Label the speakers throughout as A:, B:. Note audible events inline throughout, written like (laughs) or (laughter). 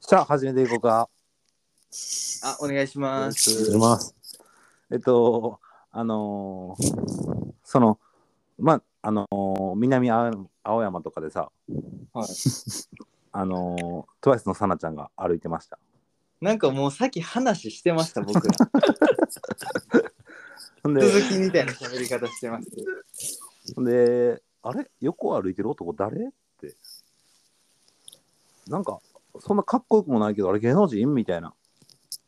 A: さあ、始めていこうか。
B: あ、お願いし
A: お
B: ます。
A: ます。えっと、あのーその、まあ、あのー南青青山とかでさ、
B: はい
A: (laughs) あのー、TWICE のさなちゃんが歩いてました。
B: なんかもうさっき話してました、
A: (laughs)
B: 僕ら。
A: ほんで、
B: 続きみたいな喋り方してます。
A: ほんであれ横歩いてる男誰って。なんか、そんなかっこよくもないけど、あれ芸能人みたいな。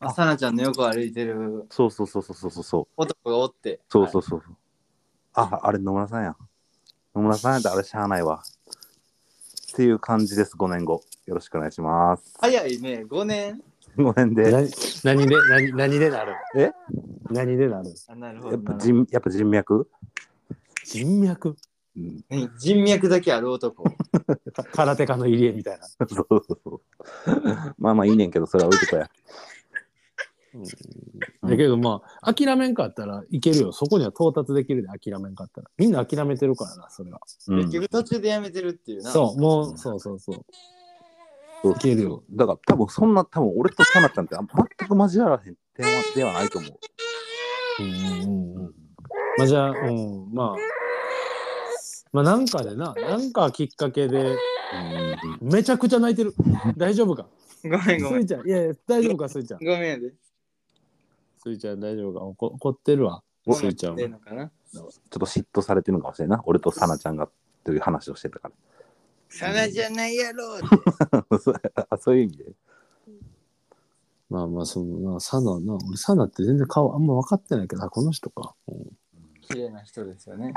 B: あさなちゃんの横歩いてる
A: そうそうそうそうそうそうそう。
B: 男がおって。
A: そうそうそう。あ、あれ野村さんや。野村さんやったらあれしゃあないわ。っていう感じです、5年後。よろしくお願いします。 (laughs)
B: はい早いね、5年。
A: 5年で。
C: 何何で何何でなる
A: え
C: 何でなる
B: あ、なるほ
A: や
B: ど
A: っ
B: な
A: ぱ
B: るほど。
A: 人やっぱ人脈、
C: 人脈
A: うん、
B: 何人脈だけある男。
C: か空手家の入江みたいな。
A: そうそうそう。 (laughs) まあまあいいねんけど、それは置いてこや。
C: だけどまあ諦めんかったらいけるよ。そこには到達できるで諦めんかったら。みんな諦めてるからな、それは。
A: うん
B: 結局途中でやめてるっていうな。
C: そう、もうそうそうそう。いけるよ。
A: だから多分そんな、多分俺とさなちゃんってあ全く交わらへん点はではないと思う。
C: うんうんうん。まあじゃあ、うん、まあ。まあなんかでな、なんかきっかけで
A: うん
C: めちゃくちゃ泣いてる。大丈夫か
B: ごめんご
C: ス
A: (laughs)
B: めん。
C: イちゃん、いやいや、大丈夫か、スイちゃん
B: ご。めんやで。
C: スイちゃん大丈夫か怒怒ってるわ。スイちゃん
B: ごめんやってのかな
A: ちょっと嫉妬されてるのかもしれんないな。俺とさなちゃんがという話をしてたか
B: さなじゃないやろって。
A: ら。 (laughs) そうあそういう意味で。
C: まあまあ、そのな、サナな、俺サナって全然顔あんま分かってないけど、あこの人か。うん
B: 綺麗な人ですよね。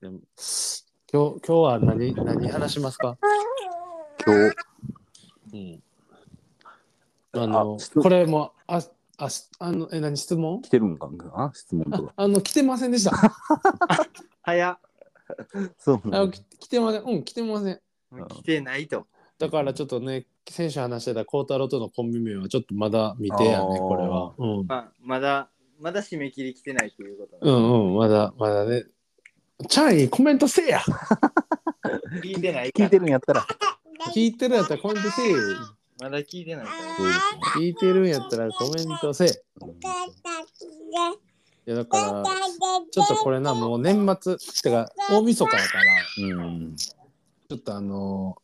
C: でも今日、今日は何、何話しますか
A: 今日、
C: うん。あの
A: あ、質問
C: これも、あ、あ、しあの、え、何、質問
A: 来てるんかな質問とか。
C: あの、来てませんでした。
B: 早っ。
A: そう
C: あき来てません。うん、来てません。
B: もう来てないと。
C: だからちょっとね、先週話してた孝太郎とのコンビ名はちょっとまだ見てやね、
A: あー
C: これは。うん。
B: まあ、まだ、まだ締め切り来てないということ
C: う
B: な。
C: んうん、まだ、まだね。チャイコメントせえや
B: 聞いてないか
A: 聞
B: ら
A: いてるんやったら、
C: 聞いてるやったらコメントせえよ
B: まだ聞いてないから。
C: 聞いてるんやったらコメントせえいやだからちょっとこれなもう年末てか大晦日やから
A: うん、
C: ちょっとあの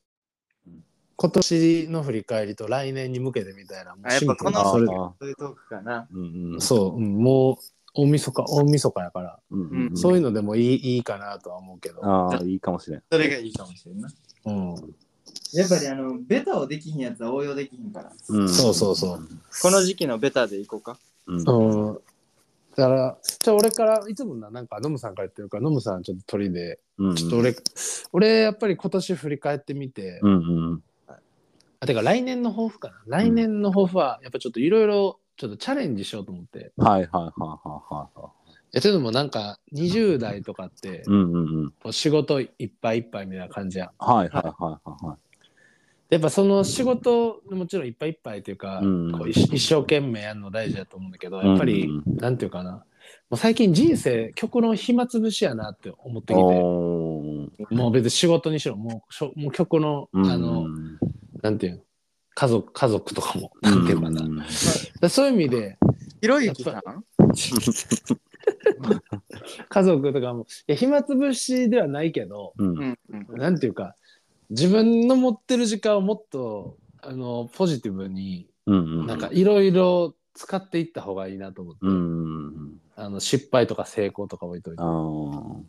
C: ー今年の振り返りと来年に向けてみたいなもう
B: あやっぱこの
C: シンプルな
A: あ
B: そういうトークかな。
A: うんうん
C: それそう、うんもう大晦日大晦日やから、
A: うんうん、
C: そういう
A: の
C: のでもいいいいかなとは思うけど、
A: ああいいかもしれん
B: それがいいかもしれんな。
C: うん、
B: やっぱりあの、ベタをできひんやつは応用できひんから。
A: うん
C: そうそうそ
B: この時期のベタでいこうか。
A: うん
C: う、うん、だからじゃあ俺からいつもななんかノムさんから言ってるからノムさんちょっと鳥で
A: うん
C: ちょっと俺、俺やっぱり今年振り返ってみて、
A: うんうん
C: あてか来年の抱負かな。来年の抱負は、やっぱちょっといろいろちょっとチャレンジしようと思って。い
A: はいはいはいはいはいは
C: やというのもなんか20代とかって
A: い、うんうんうん
C: こう仕事いっぱいいっぱいみたいな感じやん。
A: はいはいはいはいはい
C: やっぱその仕事もちろんいっぱいいっぱいというか、
A: うん
C: こう一一生懸命やるの大事だと思うんだけど、やっぱり、
A: うん
C: なんていうかな。もう最近人生極論暇つぶしやなって思ってきて
A: おー
C: もう別に仕事にしろもうしょもう極論、
A: うん
C: あの
A: うん
C: なんていうの家族家族とかもなんていうかな、
A: うん
C: だそういう意味で
B: ひろゆきさん
C: 家族とかもいや暇つぶしではないけど
A: うん
B: うんうん。
C: なんていうか自分の持ってる時間をもっとあのポジティブに
A: うん
C: なんかいろいろ使っていった方がいいなと思って、
A: うん
C: あの失敗とか成功とか置いといて
A: あ、ー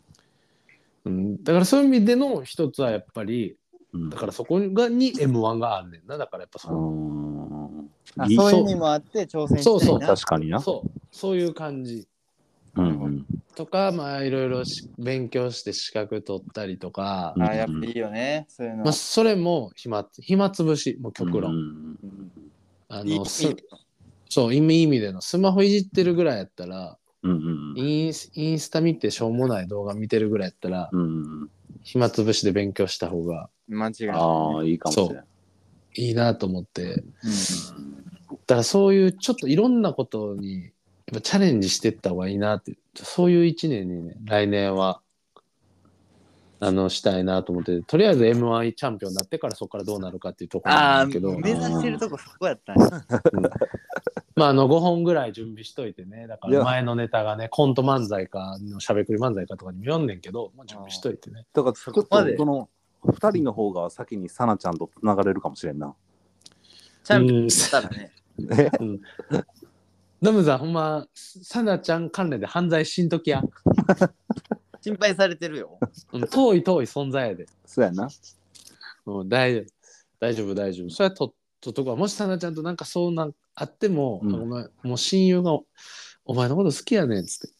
C: うん、だからそういう意味での一つはやっぱり
A: うん
C: だからそこがに m 1があんねんなだからやっぱ
A: あ
C: その
A: ー
B: あ
A: いい
B: そういう意味もあって挑戦したいな。
C: そうそう
A: 確かにな
C: そうそういう感じ
A: うんうん
C: とかまあいろいろし勉強して資格取ったりとか、
A: うん
B: あやっぱいいよね。そういうの。
C: まあ、それも暇暇つぶしもう極論、
A: うん
C: あ
B: いい
C: のすそう、意味意味での、スマホいじってるぐらいやったら、
A: うんうん
C: インスインスタ見てしょうもない動画見てるぐらいやったら、
A: うんうん
C: 暇つぶしで勉強した方が
B: 間違いない。
A: ああいいかもしれない
C: いいなと思って、
B: うん
C: だからそういうちょっといろんなことに、やっぱチャレンジしてった方がいいなって、そういう一年にね、来年はあのしたいなと思ってとりあえず m 1チャンピオンになってからそこからどうなるかっていうところ
D: あ
C: な
D: あ、
C: んですけど
D: 目指してるとこそこやったんや。
C: まああの5本ぐらい準備しといてねだか
A: いや
C: ら前のネタがねコント漫才かのしゃべくり漫才かとかにも読んねんけどもう準備しといてね
A: だからちょっと
D: そこまで
A: この2人の方が先にサナちゃんとつながれるかもしれんな。
D: チャンピオンしたらね。
A: え
C: ダムさんほんまサナちゃん関連で犯罪しんときや
D: 心配されてるよ。
C: うん遠い遠い存在やで
A: そうやな。
C: うん大丈夫大丈夫大丈夫それはととっとこはもしさなちゃんとなんかそうなんあっても、
A: うん
C: お前もう親友がお「お前のこと好きやねん」っつって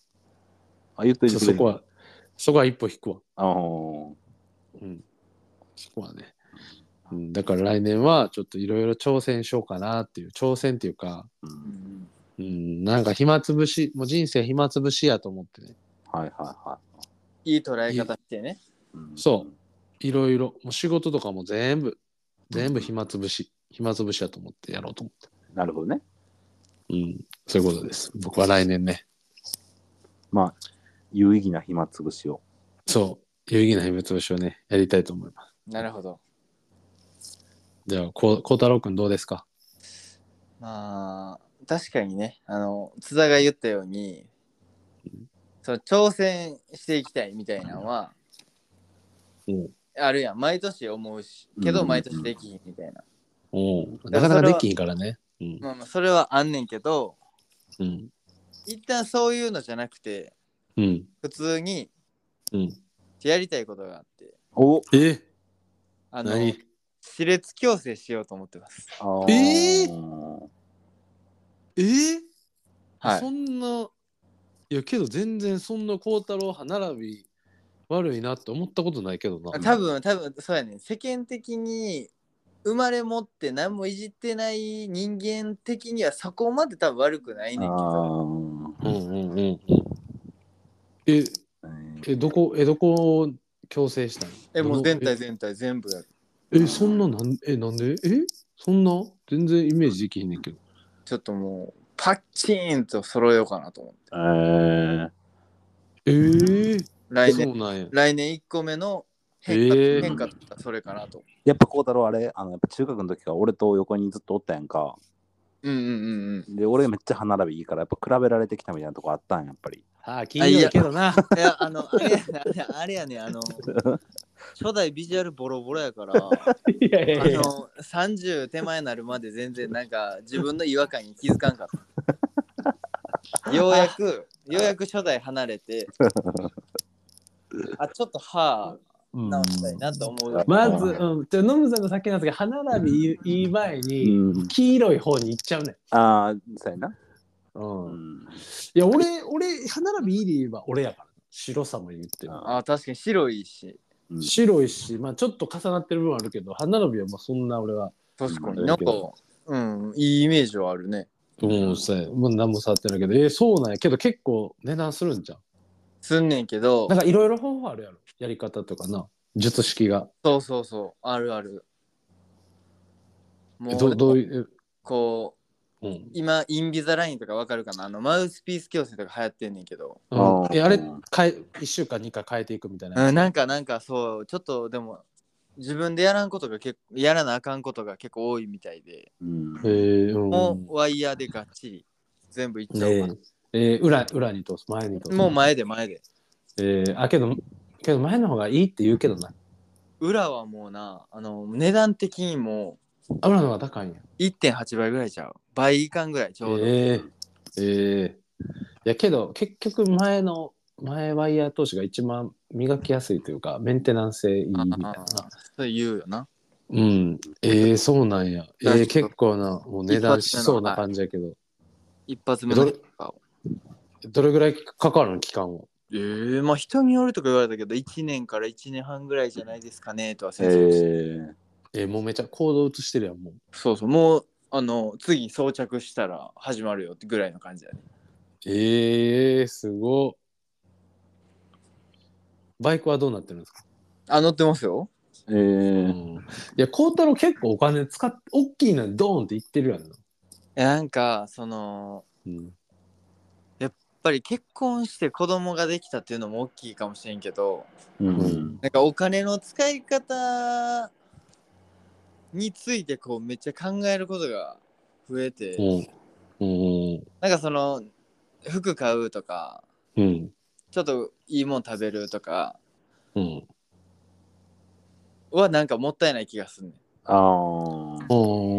A: あ、言っとい
C: ちょ
A: て
C: っと
A: くれ。
C: そこはそこは一歩引くわ、
A: あの
C: うん、そこはね、うん、だから来年はちょっといろいろ挑戦しようかなっていう挑戦っていうか、
A: ーう
D: うんん
C: うん、なんか暇つぶしもう人生暇つぶしやと思ってね
A: はいはいはい
D: い捉え方してね。
A: い。うん
C: そいろいろもう仕事とかも全部全部暇つぶし暇つぶしやと思ってやろうと思って、
A: なるほどね。
C: うん、そういうことです僕は来年ね
A: まあ、有意義な暇つぶしを。
C: そう、有意義な秘密をしをね、やりたいと思います。
D: なるほど。
C: じゃあ、こう、孝太郎くんどうですか
D: まあ、確かにね、あの、津田が言ったように、その挑戦していきたいみたいなのは、
C: うん
D: あるやん。毎年思うし、け
A: う
D: ど
A: ん
D: 毎年できひんみたいな。
C: おう
D: だ
C: な
D: か
C: か
D: そ
C: ら
D: れは
C: なかできひんからね。うん。
D: まあまあ、それはあんねんけど、
C: うん。
D: 一旦そういうのじゃなくて、
C: うん。
D: 普通に
C: うん、
D: やりたいことがあって、
A: お
C: え
D: あの、
C: 何
D: 熾烈矯正しようと思ってます。
A: あ
C: え
A: ー
C: え
D: はい。
C: そんな、いや、けど全然そんな孝太郎歯並び悪いなって思ったことないけどな。
D: 多分多分そうやね世間的に生まれ持って何もいじってない人間的にはそこまで多分悪くないねんけど
C: う
A: あ
C: んうんうんうん。え、
A: ー
C: え、どこ、え、どこを強制したの
D: えもう
C: どの
D: 全体全体全部やる
C: え、そんななん、え、なんでえそんな全然イメージできひんねんけど。
D: ちょっともうパッチーンと揃えようかなと思って
A: えー
C: えー、
D: 来
C: そう
D: 年
C: なんや。
D: 来年1個目の変化,、
C: えー
D: 変化だったらそれかなと
A: やっぱ孝太郎あれあのやっぱ中学の時から俺と横にずっとおったやんか
D: うんうんうんうん
A: で俺めっちゃ歯並びいいからやっぱ比べられてきたみたいなとこあったんやっぱり
C: ああ、気になるけどな。
D: いやあのあれやねあれあれやねあの初代ビジュアルボロボロやから
C: いやい
D: あの30手前になるまで全然なんか自分の違和感に気づかんかった。ようやくようやく初代離れてあちょっと歯直したいなと思う。
C: まず、うん、じゃあノムさんのさっきなんですけど、歯並びいいいい前
A: う
C: に、
A: ん
C: 黄色い方に行っちゃうね。
A: ああそうやな
C: う。
A: うんん
C: いや、俺、俺、歯並びいいで言えば俺やから。白さも言ってる。
D: あ確かに白いし
A: うん
C: 白いし、まあちょっと重なってる部分はあるけど、歯並びはまあそんな俺は。
D: 確かになんかうんいいイメージはあるね。
C: うん、そうや。もう何も触ってないけど、えーそうなんや。けど結構値段するんじゃん。
D: すんねんけど
C: なんかいろいろ方法あるやろ。やり方とかな。術式が。
D: そうそうそうあるある。も
C: えど
D: う
C: どういう。
D: こう
C: うん。
D: 今インビザラインとかわかるかなあのマウスピース矯正とか流行ってんねんけど。
C: うん
A: あー
C: えあれ、かえ1週間、2回変えていくみたいなやつ。
D: うん、なんかなんかそうちょっとでも自分でやらんことが結構やらなあかんことが結構多いみたいで、
A: うん
C: えーうん
D: もうワイヤーでがっちり全部いっちゃおう
C: え
D: か
C: ーえー裏裏に通す前に通す
D: なもう前で前で
C: えーあけどけど前の方がいいって言うけどな
D: 裏はもうなあの値段的にも
C: あ裏の方が高いんや
D: 1.8倍ぐらいちゃう倍以下ぐらいち
C: え
D: ょうど、
C: ー、えーいやけど結局前の前ワイヤー投資が一番磨きやすいというかメンテナンス性いいみたいな
D: ああそう言うよな
C: うんえー、そうなんやえー、結構なもう値段しそうな
D: 一発目の
C: 感じやけど
D: 一発目の
C: どれどれぐらいかかるの期間は
D: えー、まあ人によるとか言われたけど1年から1年半ぐらいじゃないですかねとは
A: え
D: 先生、
A: ー
C: えー、もうめちゃ行動移してるやんもう
D: そうそうもうあの次装着したら始まるよってぐらいの感じだね
C: えー、すごっバイクはどうなってるんですか
D: あ乗ってますよ
A: えー
C: いや、孝太郎結構お金使って、大きいのにドーンって言ってるやんな。
D: えなんかその
C: うん。
D: ぱり結婚して子供ができたっていうのも大きいかもしれんけど
A: うん
C: うん
D: なんかお金の使い方についてこうめっちゃ考えることが増えて、
C: うんうん
D: なんかその服買うとか
C: うん
D: ちょっといいもん食べるとか
C: うん
D: はなんかもったいない気がするねん
A: ああ。
C: うん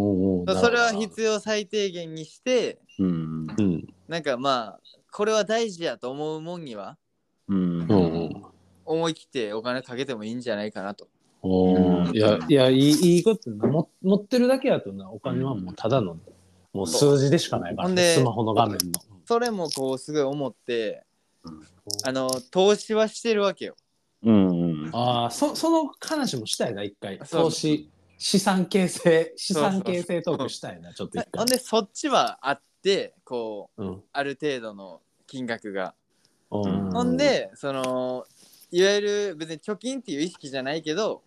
D: それは必要最低限にして
A: うん。
C: うん
D: なんかまあこれは大事やと思うもんには
A: うん。
C: う
A: うん
C: うん
A: ん。
D: 思い切ってお金かけてもいいんじゃないかなと。
C: お
A: う
C: ー
A: ん
C: いや、いや、いい、いいことな。も持ってるだけやとな、お金はもうただの、もう数字でしかないから
D: ほん
C: ね、
D: で
C: スマホの画面の。
D: それもこうすごい思って
A: うん
D: あの投資はしてるわけよ。
A: うん。
C: ああ、そ、その話もしたいな、一回。
D: そう
C: 投資、資産形成、資
D: そうそう
C: 産形成トークしたいな、ちょっと一
D: ほ
C: 回
D: ん。でそっちはあってこう
C: うん
D: ある程度の金額が。
C: う
D: ほん、でそのいわゆる別に貯金っていう意識じゃないけど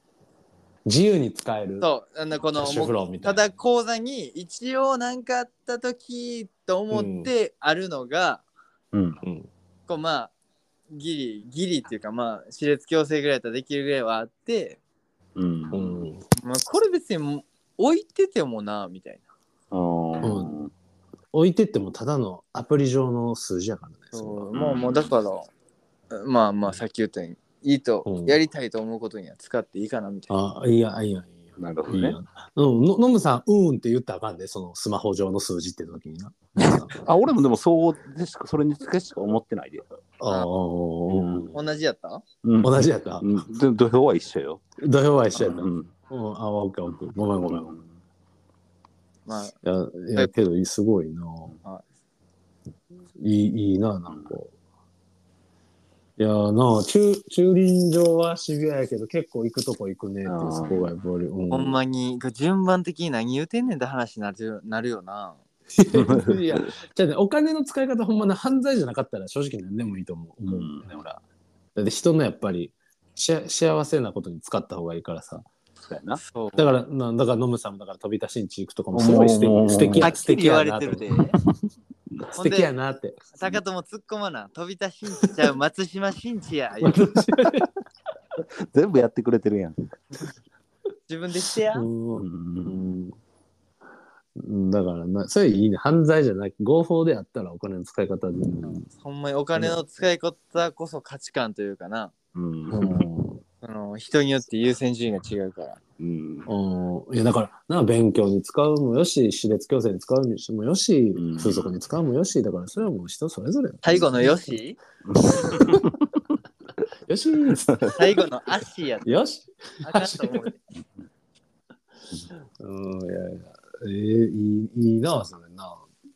C: 自由に使える。
D: そうあのこ
C: キャ
D: の
C: ッシュフローみた
D: た
C: いな。
D: だ口座に一応何かあった時と思ってあるのが、
A: うん。
C: うん
D: こうまあギリギリっていうかまあ歯列矯正ぐらいだったらできるぐらいはあって、
A: うん。
C: う
A: うん。
C: ん。
D: まあ、これ別にもう置いててもなみたいな
A: うん。
C: 置いてってもただのアプリ上の数字やからね。
D: そう
C: そ
A: ん
D: もうもうだからまあまあさっき言ったようにいいと、
C: うん
D: やりたいと思うことには使っていいかなみたいな。
C: ああ、いいや、いいや、いいや。
A: なるほ
C: い
A: ど
C: い
A: ね。
C: ようん、ののむさん、うーんって言ったらあかんで、そのスマホ上の数字って時にな。
A: あ、俺もでもそうでしか、それにつけしか思ってないで。
C: ああ、うん
D: 同じやった
A: うん。
C: 同じやった。
A: うん。で土俵は一緒よ。
C: 土俵は一緒やった。
A: う
C: うん、
A: ん。
C: あ、オッケーオッケー。ごめんごめんごめん。い
D: まあ
C: や、いやけど、すごいな。
D: はい
C: い、いいな、なんか。いやな駐駐輪場はシビアやけど結構行くとこ行くねっ
A: あ
C: ていう
A: ー
C: そこがやっぱり、うん、
D: ほんまにこう順番的に何言うてんねんって話になるなるよな。
C: (laughs) いやじゃあねお金の使い方ほんまな犯罪じゃなかったら正直何でもいいと思う思うね、
A: うん
C: 俺はだって人のやっぱりしあ幸せなことに使った方がいいからさ
A: そうやな。
D: そう
C: だからなだからノムさんもだから飛び出しんち行くとかも
A: うん
C: すごい素
A: うん
C: 敵素敵
D: は
C: や
D: っ
C: 素
D: きり
C: 敵
D: 言わ
C: や
D: れ
C: な
D: て
C: と
D: るで。 (laughs)
C: 素敵やなって
D: 坂友突っ込まな。飛び出しんちちゃう松島新地 (laughs) や。
A: 全部やってくれてるやん。
D: 自分でしてや
C: う。ん
A: うん。
C: うんだからなそれいいね犯罪じゃない合法であったらお金の使い方で、
D: ほんまにお金の使い方こそ価値観というかな。
A: うん。
D: その人によって優先順位が違うから。
A: うん。
C: うんいやだからな勉強に使うもよし歯列矯正に使うにしてもよし
A: うん
C: 風俗に使うもよしだからそれはもう人それぞれ
D: 最後のよし
C: よし
D: (laughs) 最後のアッシーや。
C: よし
D: あかんと思うで。
C: うんいやいやえー、いいいいなそれな
D: (laughs) はい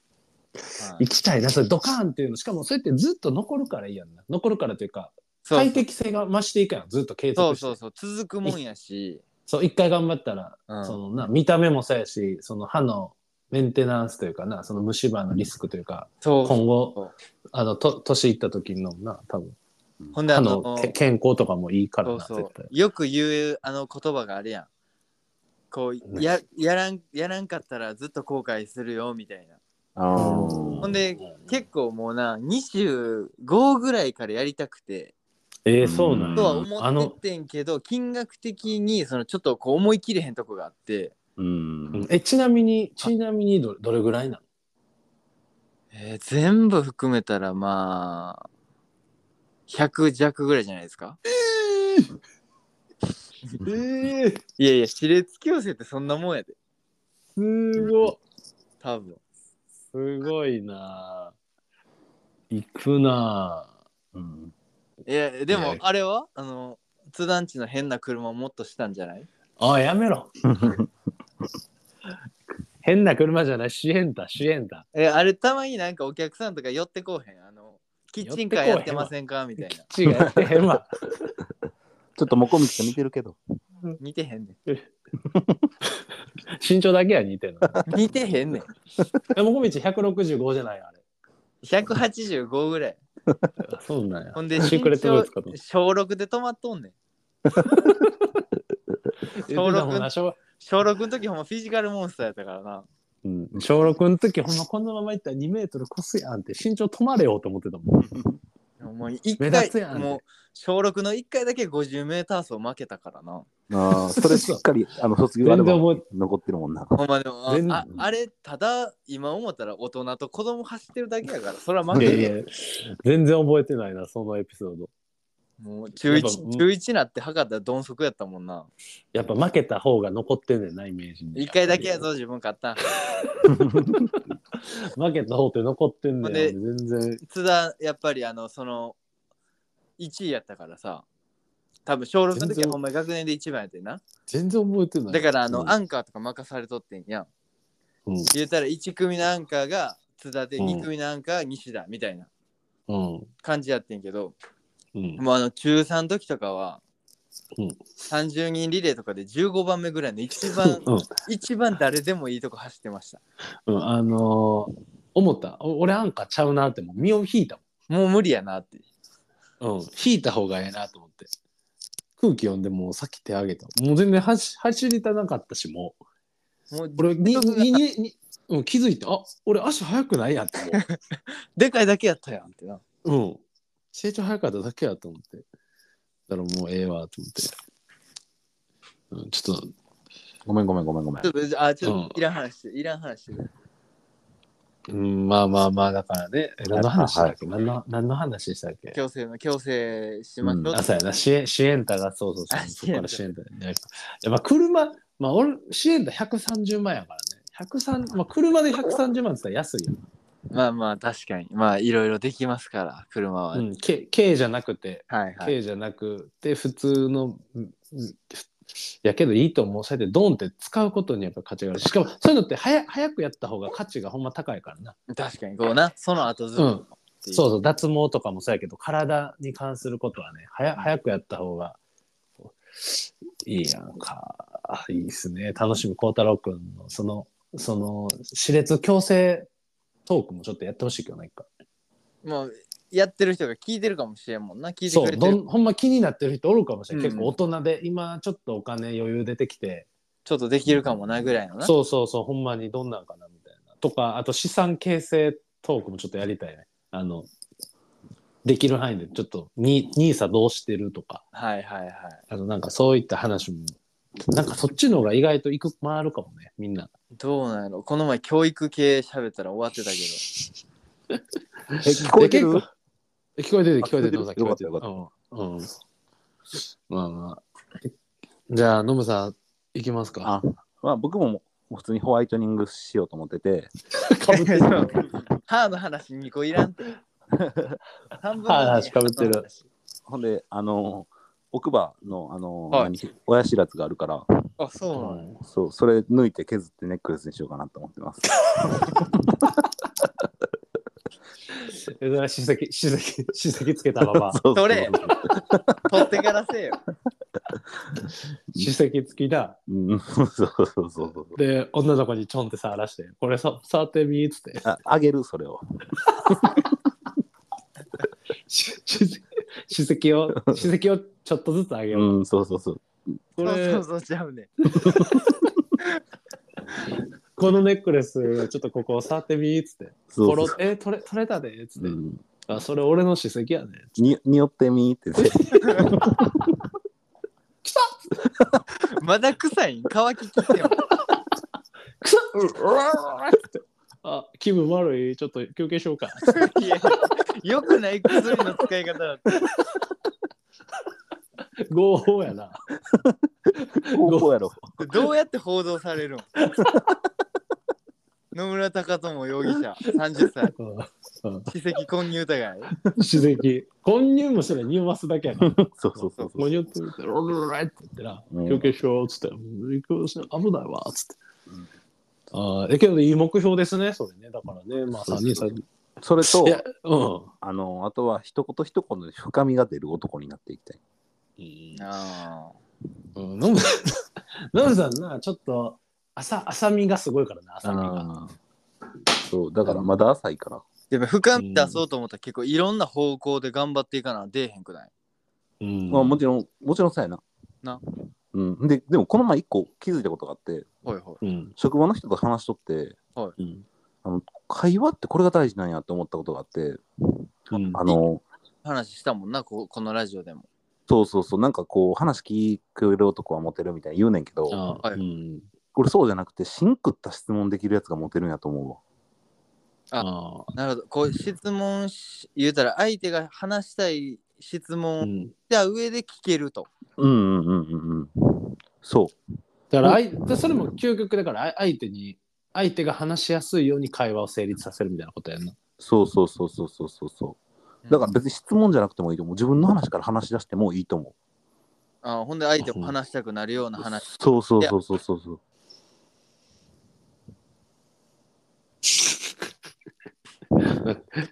C: 行きたいなそれドカーンっていうのしかもそれってずっと残るからいいやんな残るからというか
D: そう
C: 快適性が増していくやんずっと継
D: そう
C: 続して
D: そうそう。続くもんやし。
C: そう一回頑張ったら
D: うん
C: そのな見た目もそうやしその歯のメンテナンスというかなその虫歯のリスクというか
D: そう。
C: 今
D: そ
C: 後
D: う
C: あのと年いった時のな多分
D: ほんであ
C: 歯
D: の、
C: のけ健康とかもいいから
D: そう
C: な
D: そう
C: 絶対。
D: よく言うあの言葉があるやん。こう、
C: ね
D: ややらんやらんかったらずっと後悔するよみたいな。
A: あ
D: ほ
A: あ
D: ん。で結構もうな25ぐらいからやりたくて
C: えー、そう
A: う
C: なんや
A: ん
D: とは
C: あ
D: 思っ
C: の
D: てってんけど金額的にそのちょっとこう思い切れへんとこがあって
A: うん。
C: えちなみにちなみにどどれぐらいな
D: えー全部含めたらまあ100弱ぐらいじゃないですか
C: のえー、
D: いやいや歯列矯正ってそんなもんやです
C: ご
D: 多分
C: すごいな行くな
A: うん。
D: いやでも
C: ね
D: あれはあの津団地の変な車もっとしたんじゃない
C: あやめ (laughs) ろ変な車じゃない支援だ支援だ
D: えあれたまになんかお客さんとか寄ってこうへんあのキッチンカーやってませんかみたいな
C: 違って (laughs) へんわ
A: ちょっともこみちと似てるけど。
D: 似てへんね
C: 身長だけは似てる
D: ん
C: の
D: 似てへんねん
C: えもこみち165じゃないあれ
D: 185ぐらい。
C: そうなんや
D: ほん (laughs) で、
C: シークレットブーツかと
D: 身長小6で止まっと (laughs) んねん。
C: 言ってたもんな小
D: 小6の時ほんまフィジカルモンスターやったからな。
C: うん、小6の時ほんまこのままいったら2メートル越すやんって身長止まれよと思ってたもん
D: もう一
C: 目立
D: 回
C: つやん
D: もう小6の1回だけ 50m 走負けたからな
A: ああ、それしっかり、あの、卒業あれば
C: 全然覚
A: 残ってるもんな。
D: ほんまでも
C: 全
D: ああれただ今思ったら大人と子供走ってるだけやからそれは負
C: い
D: け
C: や
D: る
C: い
D: よ
C: や全然覚えてないなそのエピソード
D: もう中
C: やっぱうん
D: 1中一なって測ったら鈍足やったもんな
C: やっぱ負けた方が残ってんねんなイメージに
D: 1回だけやぞ自分勝ったん
C: 負けた方って残ってんねん
D: で
C: 全然
D: 津田やっぱりあのその1位やったからさ多分小6の時
C: 全然
D: はほんまに学年で一番やってんな
C: 全然覚えてない
D: だからあの、
C: うん
D: アンカーとか任されとってんやん
C: うん
D: 言うたら1組のアンカーが津田で
C: うん
D: 2組のアンカーが西田みたいな
C: うん
D: 感じやってんけど、
C: うん
D: もうあの中3の時とかは、
C: うん
D: 30人リレーとかで15番目ぐらいの一番
C: うん
D: 一番誰でもいいとこ走ってました
C: うん、あのー思ったお俺アンカーちゃうなってもう身を引いた
D: もう無理やなって
C: もん、うん、引いた方がええなと思って空気読んでもうさっき手上げたもう全然走走りたなかったしもう
D: もう
C: 俺にににに、うん、気づいてあ俺足速くないやんっても
D: (laughs) でかいだけやったやんってな
C: う、うん、成長速かっただけやと思ってだからもうええわと思って、うん、ちょっと
A: ごめんごめんごめんごめん
D: ちょ。っとあちょっ
C: うん
D: といらん話していらん話して
C: うん、まあまあまあ、だからね、え何の話だっけ、何の何の話でしたっけ
D: 強制の強制しましょうって、
A: うん
C: あ、そうやな、支援、支援隊が、そうそうそ
D: あ
C: う、そこから
D: 支
C: 支援隊。いや、いやまあ、車、まあ、俺、支援隊130万やからね。103、まあ、車で130万って言ったら安いよ。
D: まあまあ確かにまあいろいろできますから車は、
C: うん、K, K じゃなくて、
D: はいはい
C: K じゃなくて、普通の、うんうんやけどいいと思う。そうやってドンって使うことにやっぱ価値がある。しかも、そういうのって早早くやった方が価値がほんま高いからな。
D: 確かにこうなその後ずっ
C: うん
D: と、
C: そうそう、脱毛とかもそうやけど、体に関することはね、はや早くやった方がいいやんか。あいいですね。楽しみ、孝太郎くんの、その、その、熾烈強制トークもちょっとやってほしいけどな、一回。
D: もうやってる人が聞いてるかもしれんもんな聞いて
C: そ
D: く
C: う
D: れ
C: ど
D: てる
C: ん、ほんま気になってる人おるかもしれない。
D: うん
C: 結構大人で、今ちょっとお金余裕出てきて、
D: ちょっとできるかもなぐらいのな
C: そうそうそう、ほんまにどんなんかな、みたいな。とか、あと資産形成トークもちょっとやりたいね。あの、できる範囲でちょっとニ、ニーサどうしてるとか。
D: はいはいはい
C: あの、なんかそういった話も、なんかそっちの方が意外と行く、回るかもね、みんな。
D: どうなんやろこの前教育系喋ったら終わってたけ
C: え、
A: 聞こえてる
C: 結構え聞こえてる、聞こえて
A: あ
C: る、ノムさん、
A: よ
C: 聞こえてる。
A: かった
C: うん。うん。まあまあ。えじゃあ、ノムさん、行きます
A: あ、
C: か。
A: まあ僕ももう普通にホワイトニングしようと思ってて、
C: か (laughs) ぶってる。
D: ど歯の話2個いらんっ
C: (laughs)
D: て半分
C: 歯の話被ってる
A: ほんで、あの、奥歯の、あの、
D: はい
A: 何親知らずがあるから、
D: あそうなんや
A: そう、それ抜いて削ってネックレスにしようかなと思ってます。
C: え、だしさき、しさき、 (laughs) しさきつけたまま。
A: うう
D: それ取ってからせえよ
C: しさきつきだ。
A: うん、そうそうそうそう。
C: で、女の子にちょんって触らして、これさ触ってみーっつって。
A: ああげる、それを。
C: し (laughs) ししさきを、しさきをちょっとずつ上げよう。
A: うん、そうそうそう。
C: (laughs) こ
D: そう
C: れ
D: そうそうちゃうね
C: このネックレス、ちょっとここ触ってみーっつって。
A: そうそ
C: ポロ
A: うそう
C: え取れ取れたでっつって、
A: うん
C: あそれ俺の史跡やね
A: ににおってみーって言って。
D: まだ臭いん乾きき
C: (laughs)
D: っても
C: くさっうっうわーってあ気分悪いちょっと休憩しようか (laughs)
D: いやよくない薬の使い方だって
C: 合法やな
A: 高校やろ。
D: どうやって報道されるん野村高友容疑者30歳史跡混入疑い
C: 史跡混入もそれ匂わすだけやから
A: そうそうそうそ
C: 混
A: う。
C: 入ってみてロロロロって言ってな
A: うん
C: 休憩しようっつってうん休憩しよう危ないわっつって、ああだけどいい目標ですねそれねだからねまあ
A: そう
C: 3
A: そう
C: 人
A: そう
C: さ
A: それと
C: い、やうん
A: あの、あとは一言一言で深みが出る男になっていきたい。
D: あ
C: うんノムノムさんなちょっと浅浅みがすごいからな浅みが。
A: あーそう、だからまだ浅いから。
D: でも深み出そうと思ったら結構いろんな方向で頑張っていかな出えへんくない
C: うん
A: まあもちろん、もちろんそうやな。
D: な
A: うん、ででもこの前一個気づいたことがあって
D: はいはい。
C: うん。
A: 職場の人と話しとって
C: うん。
A: あの会話ってこれが大事なんやって思ったことがあって
C: うん
A: あの
D: 話したもんな、ここのラジオでも。
A: そうそうそうなんかこう話聞くる男はモテるみたいに言うねんけど、
C: あ
D: はい
C: うん。
A: これそうじゃなくてシンクった質問できるやつがモテるんやと思うわ
C: あ
D: なるほど。こう質問し、言うたら相手が話したい質
C: あ。う
D: 問
C: ん。
D: した上で聞けると。
A: うんうんうんうんうんそ
C: だからあい、でそれも究極だから、あ相手に、相手が話しやすいように会話を成立させるみたいなことやんな。
A: うそうそうそうそうそうそうそうだから別に質問じゃなくてもいいと思う自分の話から話し出してもいいと思う
D: あほんで相手も話したくなるような話。
A: そうそうそうそうそうそう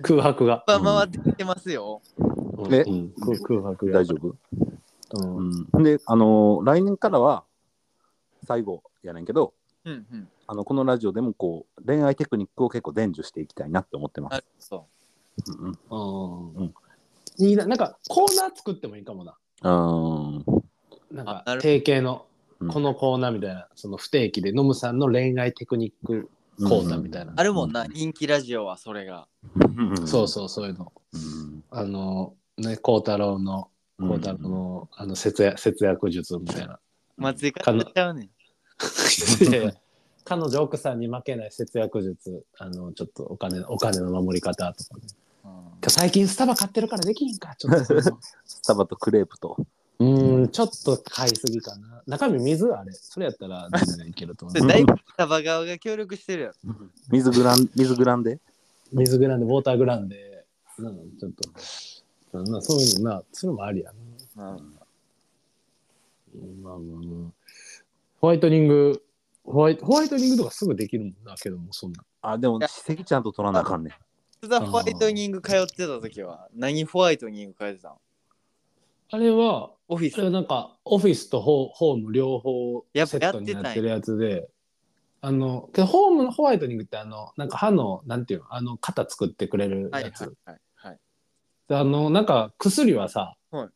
C: 空白が。
D: 回ってきてますよ。
C: うん
A: え
C: うん空空白が。
A: 大丈夫
C: 夫。うん。
A: うん、で、あのー来年からは最後やねんけど
D: うんうん。
A: あのこのラジオでもこう恋愛テクニックを結構伝授していきたいなって思ってま
D: な
A: す
D: る。ほ
A: うんうん
C: うんいいな、なんかコーナー作ってもいいかもな。
A: う
C: なん
D: あな
C: か
D: る
C: 定型の
A: うん
C: このコーナーみたいな、その不定期でノムさんの恋愛テクニック
A: ん
C: 講座みたいな。
D: ど。あるもんな、人気ラジオはそれが。
C: そうそうそういうの。
A: うん。
C: あのね、孝太郎の
A: うん
C: 孝太郎の,、あの節約節約術みたいな。
D: 松井かっちゃうねん。
C: いやいや彼女奥さんに負けない節約術あのちょっとお金お金の守り方とかね。
D: うん
C: 最近スタバ買ってるからできんかちょっとその
A: スタバとクレープと。
C: うーんちょっと買いすぎかな中身水あれそれやったら全然いける (laughs) と思
D: それ
C: う
D: だいぶサバ側が協力してるやろ。
A: 水グラ
C: (laughs)
A: ン、水グランで。
C: 水グランでウォーターグランでなんかちょっとなんかそういうのなそういうのもありやな、
D: うん
C: うんまあまあまあホワイトニングホワイホワイトニングとかすぐできるもんだけどもそんな
A: あ、でも、史跡ちゃんと取らなあかんねん。
D: 普段ホワイトニング通ってた時は、何ホワイトニング通ってたの
C: あれは
D: オフィ
C: そ
D: ス
C: れ。はなんかオフィスとホホーム両方セ
D: やっぱ
C: ットになってるやつであのけどホームのホワイトニングってあのなんか歯のなんていうのあの肩作ってくれる
D: はいは
C: や
D: い
C: つ、
D: はいはい。
C: であのなんか薬はさ、
D: はい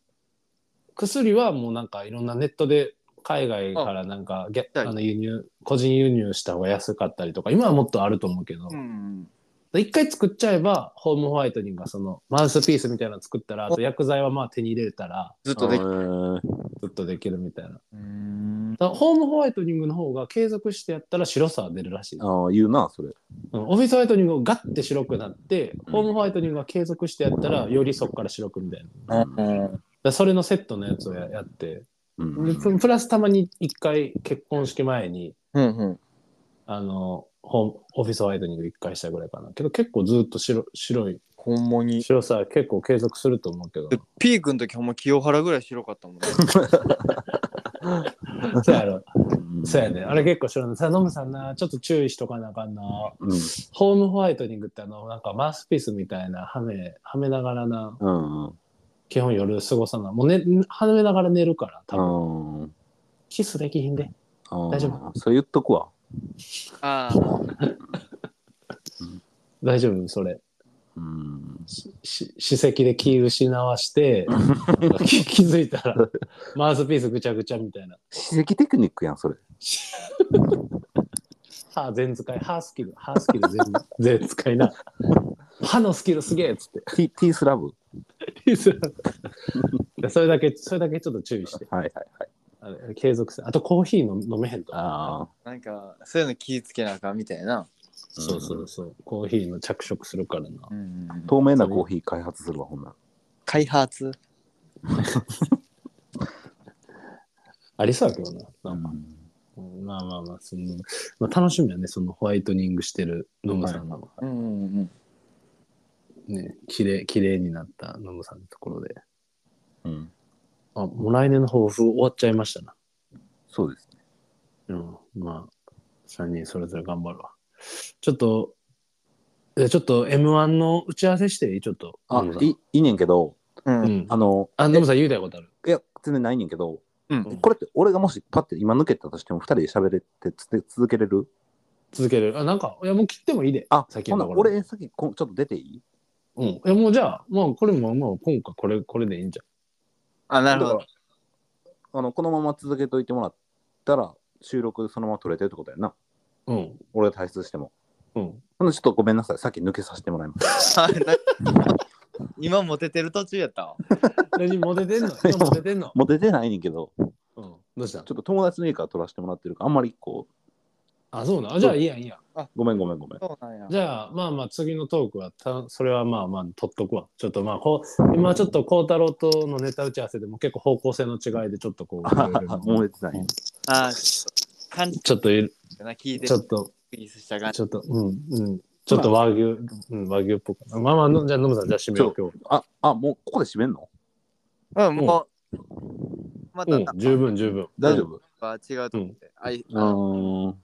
C: 薬はもうなんかいろんなネットで海外からなんかげ
D: はい
C: あの輸入個人輸入した方が安かったりとか今はもっとあると思うけど
D: うんうん。
C: で一、回作っちゃえばホームホワイトニングがそのマウスピースみたいなの作ったらあと薬剤はまあ手に入れたら
D: ずっとでき
A: えー
C: ずっとできるみたいな。
D: うん。
C: だからホームホワイトニングの方が継続してやったら白さは出るらしい。うん
A: ああ、言うな、それ。
C: オフィスホワイトニングがガッて白くなって、
A: うん
C: ホームホワイトニングが継続してやったら、よりそこから白くみたいな。だからそれのセットのやつをややって、
A: うん
C: でププラスたまに一回結婚式前に、
D: うんうん。
C: あの、ホームオフィスホワイトニング一回したぐらいかな。けど結構ずっと白白い、
D: ほんまに。
C: 白さは結構継続すると思うけど。
D: ピークの時ほんま清原ぐらい白かった
C: (laughs)
D: もんね。
C: そうやろ。
A: うん
C: そうやね。あれ結構白いの。さあ、ノムさんな、ちょっと注意しとかなあかんな。
A: うん。
C: ホームホワイトニングってあのなんかマウスピースみたいなはめはめながらな
A: うん。
C: 基本夜過ごさないもうねはめながら寝るから多分
A: うん。うん
C: キスできひんで大丈夫。
A: それ言っとくわ。
D: ああ。
C: 大丈夫それ
A: うん。
C: しし歯石で気失わして (laughs) なんか気気づいたらマウスピースぐちゃぐちゃみたいな
A: 史跡テクニックやん、それ。
C: 歯全使い歯スキル歯スキル全部 (laughs) 全使いな歯のスキルすげえっつって
A: T, T スラブ。
C: (laughs) それだけそれだけちょっと注意して
A: はいはいはい。
C: あれ継続するあとコーヒー飲飲めへんと
A: ああ。
D: なんか、そういうの気ぃつけなあかんみたいな。
C: そうそうそうコーヒーの着色するからな
D: うんうんうん
A: 透明なコーヒー開発するわ、ほんなら
D: 開発
C: ありそうやけどな。なんかうんまあまあまあ、その、まあ、楽しみやね、そのホワイトニングしてるノムさんの、
D: うんうんうん。
C: ね、綺麗綺麗になったノムさんのところで。
A: うん。
C: あ、もう来年の抱負終わっちゃいましたな。
A: そうですね。
C: うん、まあ、3人それぞれ頑張るわ。ちょっと、えちょっと M1 の打ち合わせしていいちょっと。
A: あ
C: ノムさ、ん
A: いいいねんけど、
D: う。
C: うんん。
A: あの、
C: あ、ノムさん言うたいことある。
A: いや、全然ないねんけど、
D: うん
A: これって俺がもしパッて今抜けたとしても、二人で喋れてつて続けれる
C: 続ける。あ、なんか、いや、もう切ってもいいで。
A: あ、
C: 先
A: ほ
C: の
A: んなら
C: ところ。
A: 俺、さっきこちょっと出ていい
C: うん。いや、もうじゃあ、まあ、これも、まあ、今回これ、これでいいんじゃん。
D: あ、なるほ
A: だ
D: ど
A: か。らあのこのまま続けといてもらったら収録そのまま取れてるってことやんな
C: うん。
A: 俺が退出しても
C: うん。
A: ほんでちょっとごめんなさいさっき抜けさせてもらいました
D: (laughs) 今モテてる途中やったわ。
C: (laughs) 何モテてんの今モテてんの
A: もう出てないねんけど
C: うん。どうした
A: ちょっと友達の家から取らせてもらってるからあんまりこ
C: あ、そうなのあじゃあいいやんいいやん。
A: うごめんごめんごめん
D: そうなんや。
C: じゃあまあまあ次のトークはたそれはまあまあ取っとくわ。ちょっとまあこう今ちょっと孝太郎とのネタ打ち合わせでも結構方向性の違いでちょっと (laughs) こういろいろな
A: 思えてない
D: ああ、ちょっと感じ
C: ちょっといる
D: たな、聞いて
C: ちょっと
D: ピースした感じ
C: ち。ょっとうんうんちょっと和牛、うん、和牛っぽくまあまあのじゃあノムさんじゃあ締めよう今日
A: ああもうここで締めんの
D: うん、もう、また、な
C: う
D: んんか
C: 十分十分
A: 大丈夫
D: 違うと思って。あいあ
A: うーん。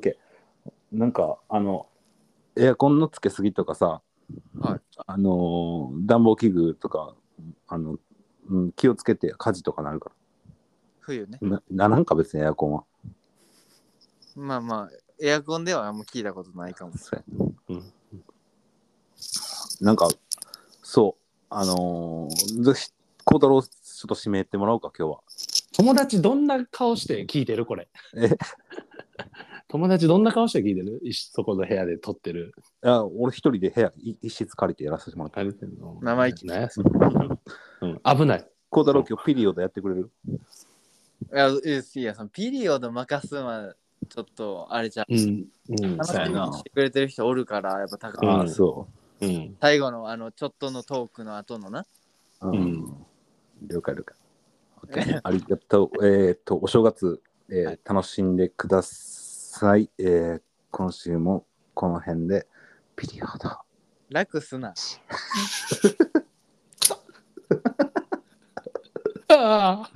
A: ケーなんか、あの、エアコンのつけすぎとかさ、
D: はい
A: あのー、暖房器具とか、あの、うん、気をつけて火事とかなるか
D: 冬ね。
A: ら。なならんか、別にエアコンは。
D: まあまあ、エアコンではあんま聞いたことないかも。
A: そう
C: う
A: や
C: ん
A: なんか、そう、あのー、ぜひ、孝太郎、ちょっと指名ってもらおうか、今日は。
C: 友達どんな顔して聞いてるこれ
A: え
C: (laughs) 友達どんな顔して聞いてるいしそこの部屋で撮ってる
A: いや俺一人で部屋い一室借りてやらせてもらった。
C: あれってんの
D: 生意気
C: なんやそれうん危ない
A: 孝太郎今日ピリオドやってくれる
D: いや、えいや、そのピリオド任すのは、ちょっと、あれじゃん。
C: うんうん
D: 楽
C: そう
D: し
C: や
D: み
C: な
D: にしてくれてる人おるから、やっぱ高
C: うん
D: い。
A: ああ、そ
C: うん
D: 最後の、あの、ちょっとのトークの後のな。
A: う。う
C: うん
A: ん了解了解。OK ありがとう。えーっと、お正月、えー
D: は
A: 楽しんでください。えー今週もこの辺で、ピリオド。
D: 楽すな。
C: ああ